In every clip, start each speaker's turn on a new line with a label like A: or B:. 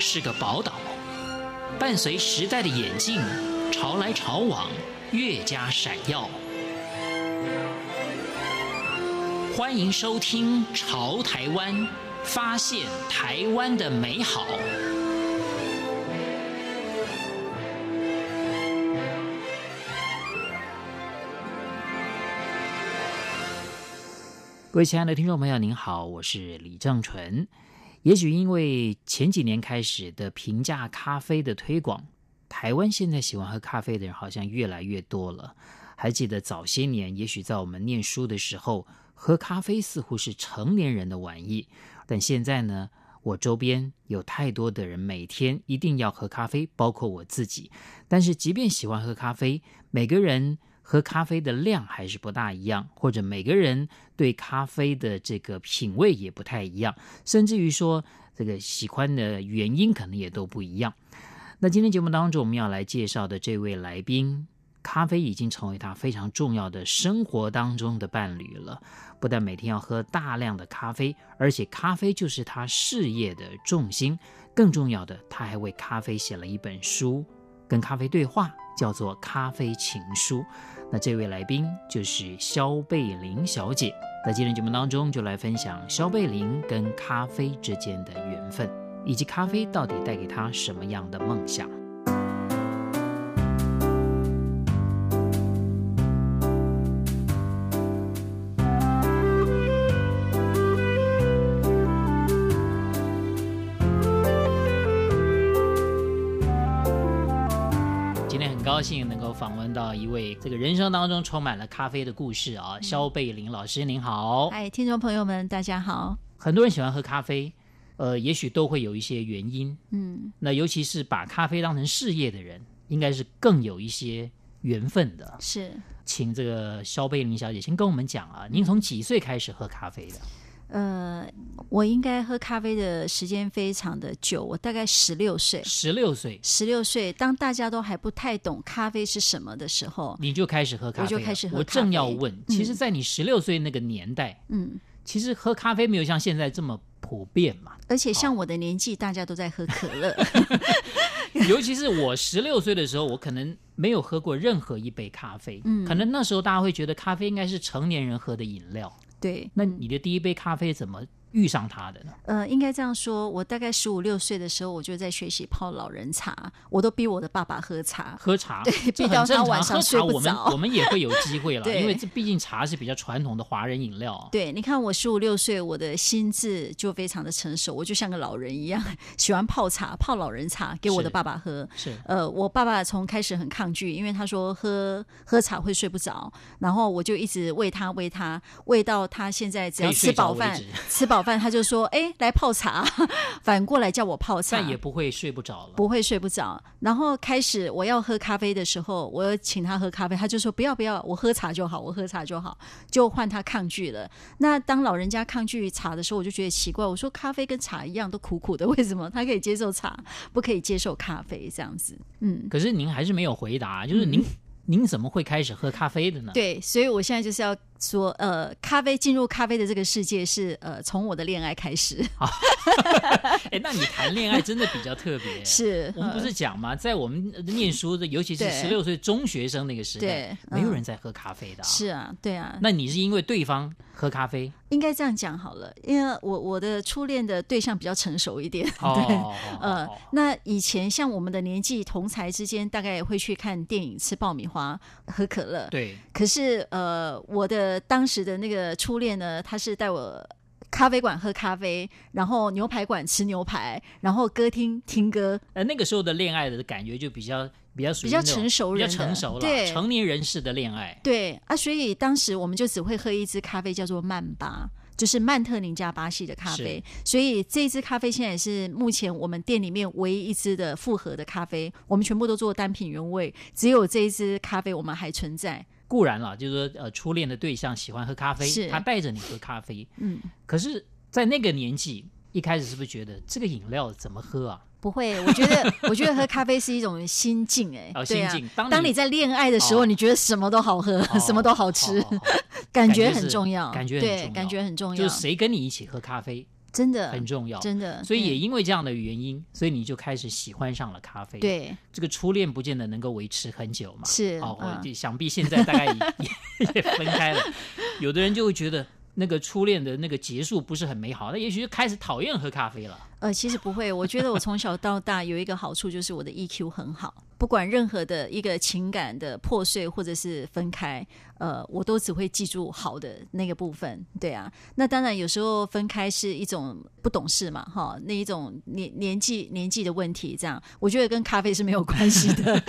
A: 是个宝岛，伴随时代的演进，潮来潮往，越加闪耀。欢迎收听《潮台湾》，发现台湾的美好。各位亲爱的听众朋友，您好，我是李正淳。也许因为前几年开始的平价咖啡的推广，台湾现在喜欢喝咖啡的人好像越来越多了。还记得早些年，也许在我们念书的时候，喝咖啡似乎是成年人的玩意，但现在呢，我周边有太多的人每天一定要喝咖啡，包括我自己。但是，即便喜欢喝咖啡，每个人。喝咖啡的量还是不大一样，或者每个人对咖啡的这个品味也不太一样，甚至于说这个喜欢的原因可能也都不一样。那今天节目当中我们要来介绍的这位来宾，咖啡已经成为他非常重要的生活当中的伴侣了。不但每天要喝大量的咖啡，而且咖啡就是他事业的重心。更重要的，他还为咖啡写了一本书，跟咖啡对话。叫做《咖啡情书》，那这位来宾就是肖贝玲小姐。在今天节目当中，就来分享肖贝玲跟咖啡之间的缘分，以及咖啡到底带给她什么样的梦想。高兴能够访问到一位这个人生当中充满了咖啡的故事啊、哦，肖贝林老师您好，
B: 哎，听众朋友们大家好。
A: 很多人喜欢喝咖啡，呃，也许都会有一些原因，嗯，那尤其是把咖啡当成事业的人，应该是更有一些缘分的。
B: 是，
A: 请这个肖贝林小姐先跟我们讲啊，您从几岁开始喝咖啡的？
B: 呃，我应该喝咖啡的时间非常的久，我大概十六岁，
A: 十六岁，
B: 十六岁，当大家都还不太懂咖啡是什么的时候，
A: 你就开始喝咖啡，
B: 我就开始喝咖啡。
A: 我正要问，嗯、其实，在你十六岁那个年代，嗯，其实喝咖啡没有像现在这么普遍嘛，
B: 而且像我的年纪，哦、大家都在喝可乐。
A: 尤其是我十六岁的时候，我可能没有喝过任何一杯咖啡，嗯，可能那时候大家会觉得咖啡应该是成年人喝的饮料。
B: 对，
A: 那你的第一杯咖啡怎么遇上它的呢？
B: 呃，应该这样说，我大概十五六岁的时候，我就在学习泡老人茶，我都逼我的爸爸喝茶，
A: 喝茶，
B: 对，逼到他晚上睡
A: 不着。喝茶我们我们也会有机 会了，因为这毕竟茶是比较传统的华人饮料、啊。
B: 对，你看我十五六岁，我的心智就非常的成熟，我就像个老人一样， 喜欢泡茶，泡老人茶给我的爸爸喝。
A: 是，
B: 呃，我爸爸从开始很抗拒，因为他说喝喝茶会睡不着，然后我就一直喂他喂他喂到。他现在只要吃饱饭，吃饱饭他就说：“哎，来泡茶。” 反过来叫我泡茶，
A: 但也不会睡不着了，
B: 不会睡不着。然后开始我要喝咖啡的时候，我请他喝咖啡，他就说：“不要不要，我喝茶就好，我喝茶就好。”就换他抗拒了。那当老人家抗拒茶的时候，我就觉得奇怪，我说咖啡跟茶一样都苦苦的，为什么他可以接受茶，不可以接受咖啡这样子？
A: 嗯，可是您还是没有回答，就是您。嗯您怎么会开始喝咖啡的呢？
B: 对，所以我现在就是要说，呃，咖啡进入咖啡的这个世界是，呃，从我的恋爱开始。
A: 哎那你谈恋爱真的比较特别。
B: 是，
A: 我们不是讲嘛，在我们念书的，尤其是十六岁中学生那个时代，没有人在喝咖啡的、啊。
B: 嗯是啊，对啊。
A: 那你是因为对方喝咖啡？
B: 应该这样讲好了，因为我我的初恋的对象比较成熟一点， 对，
A: 哦、
B: 呃，哦、那以前像我们的年纪同才之间，大概会去看电影、吃爆米花、喝可乐，
A: 对。
B: 可是呃，我的当时的那个初恋呢，他是带我。咖啡馆喝咖啡，然后牛排馆吃牛排，然后歌厅听歌。
A: 呃，那个时候的恋爱的感觉就比较比较
B: 比较成熟人，
A: 比较成熟了，
B: 对
A: 成年人士的恋爱。
B: 对啊，所以当时我们就只会喝一支咖啡，叫做曼巴。就是曼特宁加巴西的咖啡，所以这支咖啡现在是目前我们店里面唯一一支的复合的咖啡，我们全部都做单品原味，只有这一支咖啡我们还存在。
A: 固然了，就是说，呃，初恋的对象喜欢喝咖啡，他带着你喝咖啡，嗯，可是，在那个年纪，一开始是不是觉得这个饮料怎么喝啊？
B: 不会，我觉得，我觉得喝咖啡是一种心境、欸，哎、
A: 哦，
B: 对啊，
A: 心当,
B: 你当
A: 你
B: 在恋爱的时候，哦、你觉得什么都好喝，
A: 哦、
B: 什么都好吃， 啊
A: 感
B: 觉很重要，
A: 感
B: 觉
A: 很重要，
B: 感觉很重要，
A: 就是谁跟你一起喝咖啡，
B: 真的
A: 很重要。
B: 真的，
A: 所以也
B: 嗯
A: 因为这样的原因，所以你就开始喜欢上了咖啡。，
B: 对
A: 这个初恋不见得能够维持很久嘛。
B: 是
A: 哦，我
B: 嗯
A: 就想必现在大概也 也也分开了。有的人就会觉得那个初恋的那个结束不是很美好，那也许就开始讨厌喝咖啡了。
B: 呃，其实不会。我觉得我从小到大有一个好处，就是我的 EQ 很好。不管任何的一个情感的破碎或者是分开，呃，我都只会记住好的那个部分。对啊，那当然有时候分开是一种不懂事嘛，哈，那一种年年纪年纪的问题，这样我觉得跟咖啡是没有关系的，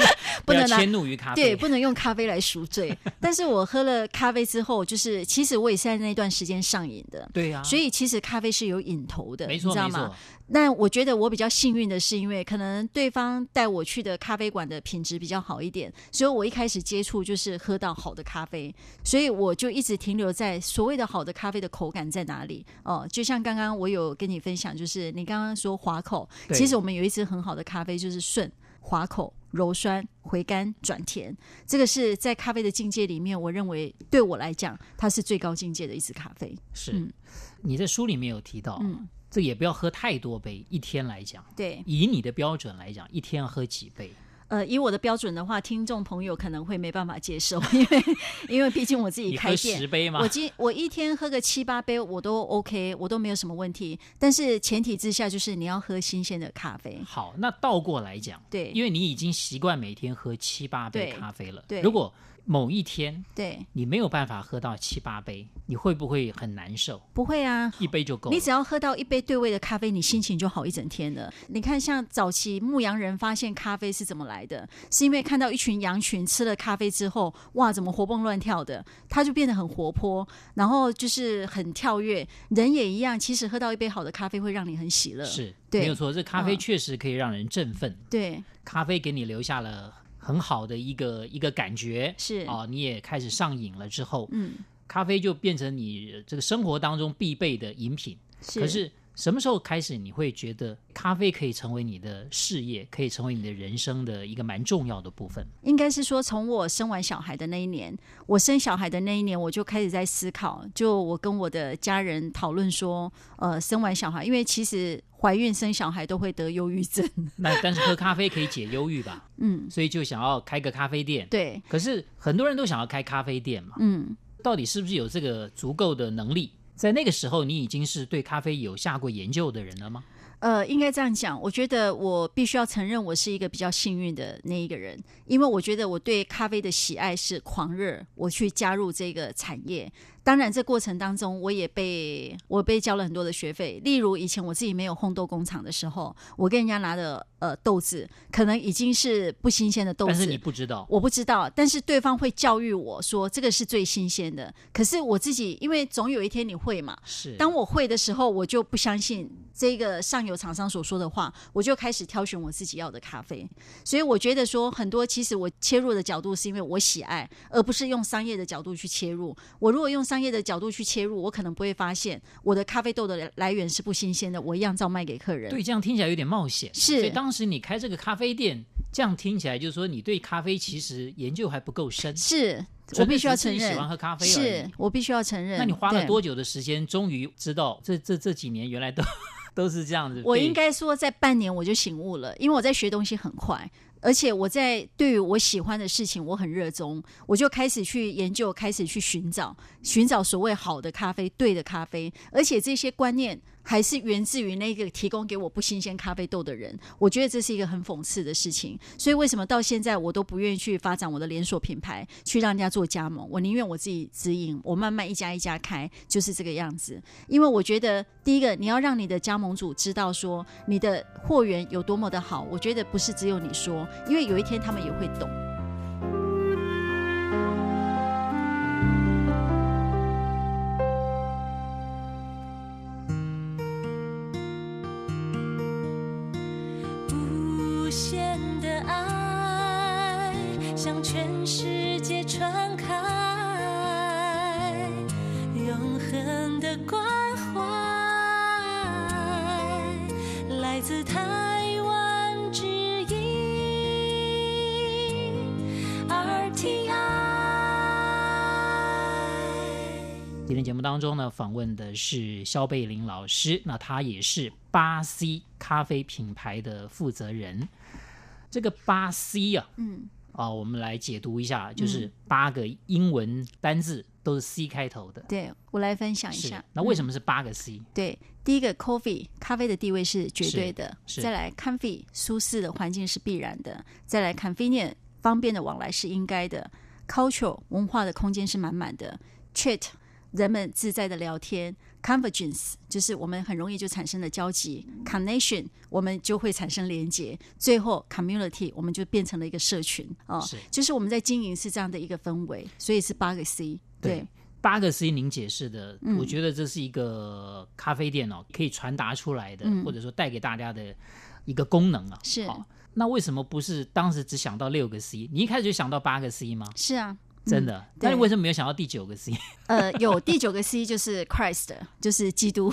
B: 不
A: 要
B: 能拿
A: 迁怒于咖啡。
B: 对，不能用咖啡来赎罪。但是我喝了咖啡之后，就是其实我也是在那段时间上瘾的。
A: 对呀、啊，
B: 所以其实咖啡是有瘾头的，
A: 没
B: 你
A: 错
B: 知道
A: 没
B: 吗？
A: 错，
B: 那我觉得我比较幸运的是，因为可能对方带我去的咖啡馆的品质比较好一点，所以我一开始接触就是喝到好的咖啡，所以我就一直停留在所谓的好的咖啡的口感在哪里哦。就像刚刚我有跟你分享，就是你刚刚说滑口，
A: 对
B: 其实我们有一支很好的咖啡就是顺滑口。柔酸、回甘、转甜，这个是在咖啡的境界里面，我认为对我来讲，它是最高境界的一支咖啡。
A: 是、
B: 嗯
A: 你在书里面有提到，
B: 嗯，
A: 这也不要喝太多杯，一天来讲，
B: 对，
A: 以你的标准来讲，一天要喝几杯？
B: 呃，以我的标准的话，听众朋友可能会没办法接受， 因为因为毕竟我自己
A: 你
B: 开
A: 喝
B: 店
A: 十，杯吗
B: 我？今我一天喝个七八杯我都 OK，我都没有什么问题。但是前提之下就是你要喝新鲜的咖啡，
A: 好，那倒过来讲，
B: 对
A: 因为你已经习惯每天喝七八杯
B: 对
A: 咖啡了。
B: 对
A: 如果某一天
B: 对，
A: 你没有办法喝到七八杯，你会不会很难受？
B: 不会啊。
A: 一杯就够了。
B: 你只要喝到一杯对味的咖啡，你心情就好一整天了。你看，像早期牧羊人发现咖啡是怎么来的，是因为看到一群羊群吃了咖啡之后，哇，怎么活蹦乱跳的？它就变得很活泼，然后就是很跳跃。人也一样，其实喝到一杯好的咖啡会让你很喜乐。
A: 是
B: 对
A: 没有错，这咖啡
B: 嗯
A: 确实可以让人振奋，
B: 对，
A: 咖啡给你留下了很好的一个一个感觉。
B: 是，
A: 哦，你也开始上瘾了之后，
B: 嗯，
A: 咖啡就变成你这个生活当中必备的饮品。
B: 是。
A: 可是什么时候开始你会觉得咖啡可以成为你的事业，可以成为你的人生的一个蛮重要的部分？
B: 应该是说，从我生完小孩的那一年，我生小孩的那一年，我就开始在思考，就我跟我的家人讨论说，呃，生完小孩，因为其实怀孕生小孩都会得忧郁症，
A: 那但是喝咖啡可以解忧郁吧？
B: 嗯，
A: 所以就想要开个咖啡店。
B: 对，
A: 可是很多人都想要开咖啡店嘛，
B: 嗯，
A: 到底是不是有这个足够的能力？在那个时候，你已经是对咖啡有下过研究的人了吗？
B: 呃，应该这样讲，我觉得我必须要承认，我是一个比较幸运的那一个人，因为我觉得我对咖啡的喜爱是狂热，我去加入这个产业。当然，这过程当中，我也被我被交了很多的学费，例如以前我自己没有烘豆工厂的时候，我跟人家拿的呃豆子，可能已经是不新鲜的豆
A: 但是
B: 子，
A: 你不知道，
B: 我不知道，但是对方会教育我说这个是最新鲜的。可是我自己，因为总有一天你会嘛，
A: 是
B: 当我会的时候，我就不相信这个上游厂商所说的话，我就开始挑选我自己要的咖啡。所以我觉得说，很多其实我切入的角度是因为我喜爱，而不是用商业的角度去切入。我如果用商业的角度去切入，我可能不会发现我的咖啡豆的来源是不新鲜的，我一样照卖给客人。
A: 对这样听起来有点冒险。
B: 是
A: 所以当时你开这个咖啡店，这样听起来就是说你对咖啡其实研究还不够深。
B: 是我
A: 纯粹
B: 必须要
A: 只是自
B: 承
A: 己喜欢
B: 认，
A: 喝咖啡而已
B: 是。我必须要承认。
A: 那你花了
B: 对
A: 多久的时间，终于知道这这这几年原来都 都是这样子？
B: 我
A: 对
B: 应该说，在半年我就醒悟了，因为我在学东西很快，而且我在对于我喜欢的事情我很热衷，我就开始去研究，开始去寻找，寻找所谓好的咖啡、对的咖啡，而且这些观念还是源自于那个提供给我不新鲜咖啡豆的人。我觉得这是一个很讽刺的事情，所以为什么到现在我都不愿意去发展我的连锁品牌，去让人家做加盟？我宁愿我自己直营，我慢慢一家一家开，就是这个样子。因为我觉得，第一个你要让你的加盟主知道说你的货源有多么的好，我觉得不是只有你说，因为有一天他们也会懂。
C: 无限的爱向全世界传开，永恒的关怀来自台湾之音 RTI。
A: 今天节目当中呢，访问的是肖贝林老师，那他也是巴 C 咖啡品牌的负责人。这个巴 C 啊，
B: 嗯
A: 啊，我们来解读一下，就是八个英文单字都是 C 开头的，
B: 对我来分享一
A: 是
B: 下。嗯
A: 那为
B: 么？
A: 什么是八个 C？
B: 对，第一个 coffee 咖啡的地位是绝对的，
A: 是是
B: 再来 comfy 舒适的环境是必然的，再来 convenient 方便的往来是应该的，culture 文化的空间是满满的，chat 人们自在的聊天，convergence 就是我们很容易就产生了交集，connection 我们就会产生连接，最后 community 我们就变成了一个社群哦
A: 是，
B: 就是我们在经营是这样的一个氛围，所以是八个 C 对。
A: 八个 C 您解释的，我觉得这是一个咖啡店哦，可以传达出来的，
B: 嗯
A: 或者说带给大家的一个功能啊。
B: 是
A: 好，那为什么不是当时只想到六个 C？你一开始就想到八个 C 吗？
B: 是啊，
A: 真的，但是为什么没有想到第九个 C？
B: 呃，有第九个 C 就是 Christ，就是 基督。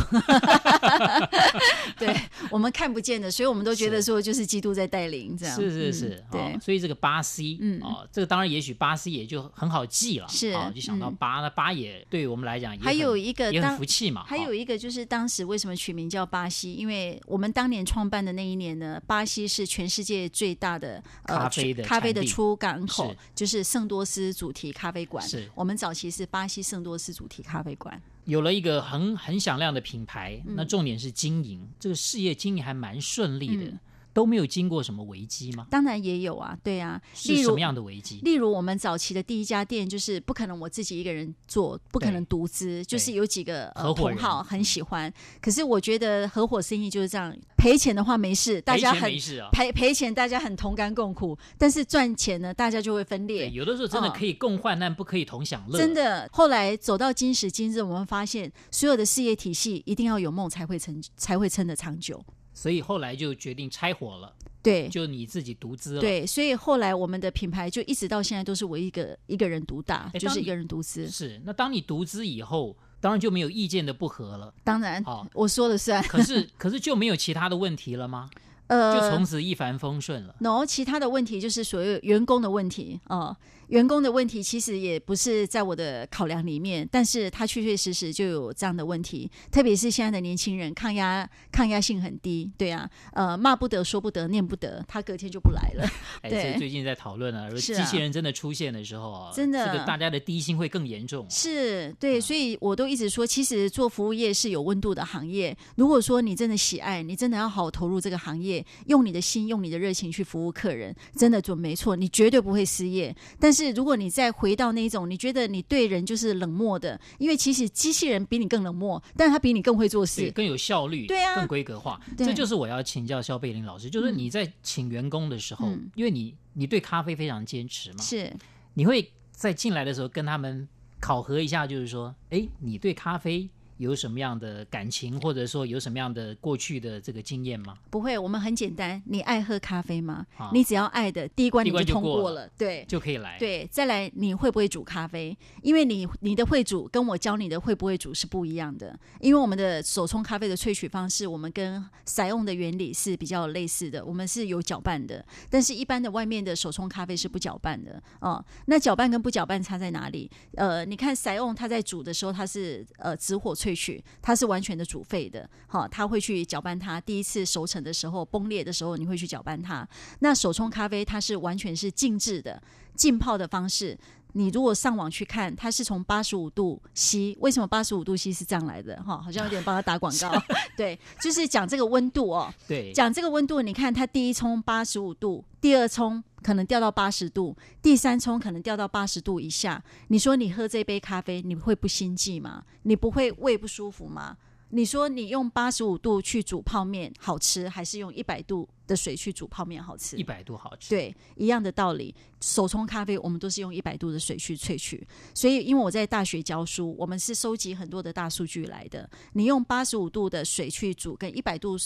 B: 对我们看不见的，所以我们都觉得说就是基督在带领这样。
A: 是是
B: 嗯
A: 是，
B: 对
A: 哦，所以这个八 C，
B: 嗯
A: 哦，这个当然也许八 C 也就很好记了，
B: 是
A: 哦，就想到
B: 嗯
A: 八，那八也对于我们来讲也很，
B: 还有一个
A: 也很
B: 当
A: 服气嘛，
B: 还有
A: 哦
B: 一个就是当时为什么取名叫巴西？因为我们当年创办的那一年呢，巴西是全世界最大的呃
A: 咖啡的
B: 咖啡的
A: 产地
B: 出港口
A: 是，
B: 就是圣多斯主题咖啡馆。
A: 是
B: 我们早期是巴西圣多斯主题咖啡馆。
A: 有了一个很很响亮的品牌，
B: 嗯
A: 那重点是经营，这个事业经营还蛮顺利
B: 嗯
A: 的，都没有经过什么危机吗？
B: 当然也有啊，对啊，
A: 是
B: 例
A: 什
B: 如
A: 么样的危机？
B: 例如我们早期的第一家店，就是不可能我自己一个人做，不可能独资，就是有几个、呃、
A: 合伙人
B: 同好很喜欢。可是我觉得合伙生意就是这样，赔钱的话没事，大家
A: 赔钱
B: 很
A: 没事啊。
B: 赔赔钱，大家很同甘共苦；但是赚钱呢，大家就会分
A: 对，
B: 裂。
A: 有的时候真的
B: 嗯
A: 可以共患难，不可以同享乐。
B: 真，的，后来走到今时今日，我们发现所有的事业体系一定要有梦才会成，才会撑得长久。
A: 所以后来就决定拆伙了，
B: 对，
A: 就你自己独资了。，
B: 对，所以后来我们的品牌就一直到现在都是我一个一个人独大，
A: 哎
B: 就
A: 当
B: 是一
A: 你
B: 个人独资。
A: 是。那当你独资以后，当然就没有意见的不合了。
B: 当然，
A: 好
B: 我说了算。
A: 可是，可是就没有其他的问题了吗？
B: 呃，
A: 就从此一帆风顺了。
B: 然后其他的问题就是所谓员工的问题啊、呃员工的问题其实也不是在我的考量里面，但是他确确实实就有这样的问题，特别是现在的年轻人抗压抗压性很低，对啊，呃，骂不得，说不得，念不得，他隔天就不来了。
A: 哎，
B: 对
A: 这最近在讨论啊，如果
B: 是
A: 机
B: 啊
A: 器人真的出现的时候啊，
B: 真的
A: 这个大家的低薪会更严重。啊
B: 是
A: 嗯
B: 对，所以我都一直说，其实做服务业是有温度的行业。如果说你真的喜爱，你真的要好好投入这个行业，用你的心，用你的热情去服务客人，真的准没错，你绝对不会失业。但是如果你再回到那种你觉得你对人就是冷漠的，因为其实机器人比你更冷漠，但是他比你更会做
A: 对，
B: 事。
A: 更有效率，
B: 对啊
A: 更规格化。
B: 对
A: 这就是我要请教肖贝林老师，就是你在请员工的时候，
B: 嗯
A: 因为你你对咖啡非常坚持嘛，
B: 是
A: 你会在进来的时候跟他们考核一下，就是说，哎，你对咖啡有什么样的感情，或者说有什么样的过去的这个经验吗？
B: 不会，我们很简单。你爱喝咖啡吗？
A: 啊
B: 你只要爱的，第一关
A: 第一
B: 你
A: 关就
B: 通
A: 过
B: 过
A: 了
B: 了对，
A: 就可以来。，
B: 对，再来你会不会煮咖啡？因为你你的会煮跟我教你的会不会煮是不一样的。因为我们的手冲咖啡的萃取方式，我们跟散用的原理是比较类似的，我们是有搅拌的，但是一般的外面的手冲咖啡是不搅拌的哦。那搅拌跟不搅拌差在哪里？呃，你看散用它在煮的时候，它是呃直火萃取，它是完全的煮沸的，好、它会去搅拌它。第一次熟成的时候，崩裂的时候，你会去搅拌它。那手冲咖啡它是完全是静置的，浸泡的方式。你如果上网去看，它是从八十五度 C，为什么八十五度 C 是这样来的？哈，好像有点帮他打广 告。对，就是讲这个温度哦，
A: 对，
B: 讲这个温度。你看它第一冲八十五度，第二冲可能掉到八十度，第三冲可能掉到八十度以下。你说你喝这杯咖啡，你会不心悸吗？你不会胃不舒服吗？你说你用八十五度去煮泡面好吃，还是用一百度的水去煮泡面好吃？
A: 一百度好吃。
B: 对，一样的道理，手冲咖啡我们都是用一百度的水去萃取，所以因为我在大学教书，我们是收集很多的大数据来的。你用八十五度的水去煮，跟一百度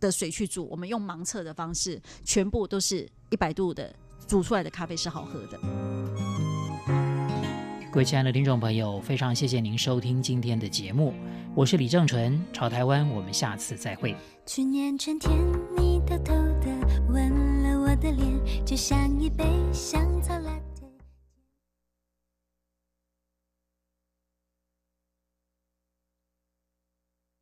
B: 的水去煮，我们用盲测的方式，全部都是一百度的煮出来的咖啡是好喝的。
A: 各位亲爱的听众朋友，非常谢谢您收听今天的节目，我是李正淳，朝台湾，我们下次再会。
C: 去年春天，你偷偷的吻了我的脸，就像一杯香草 latte。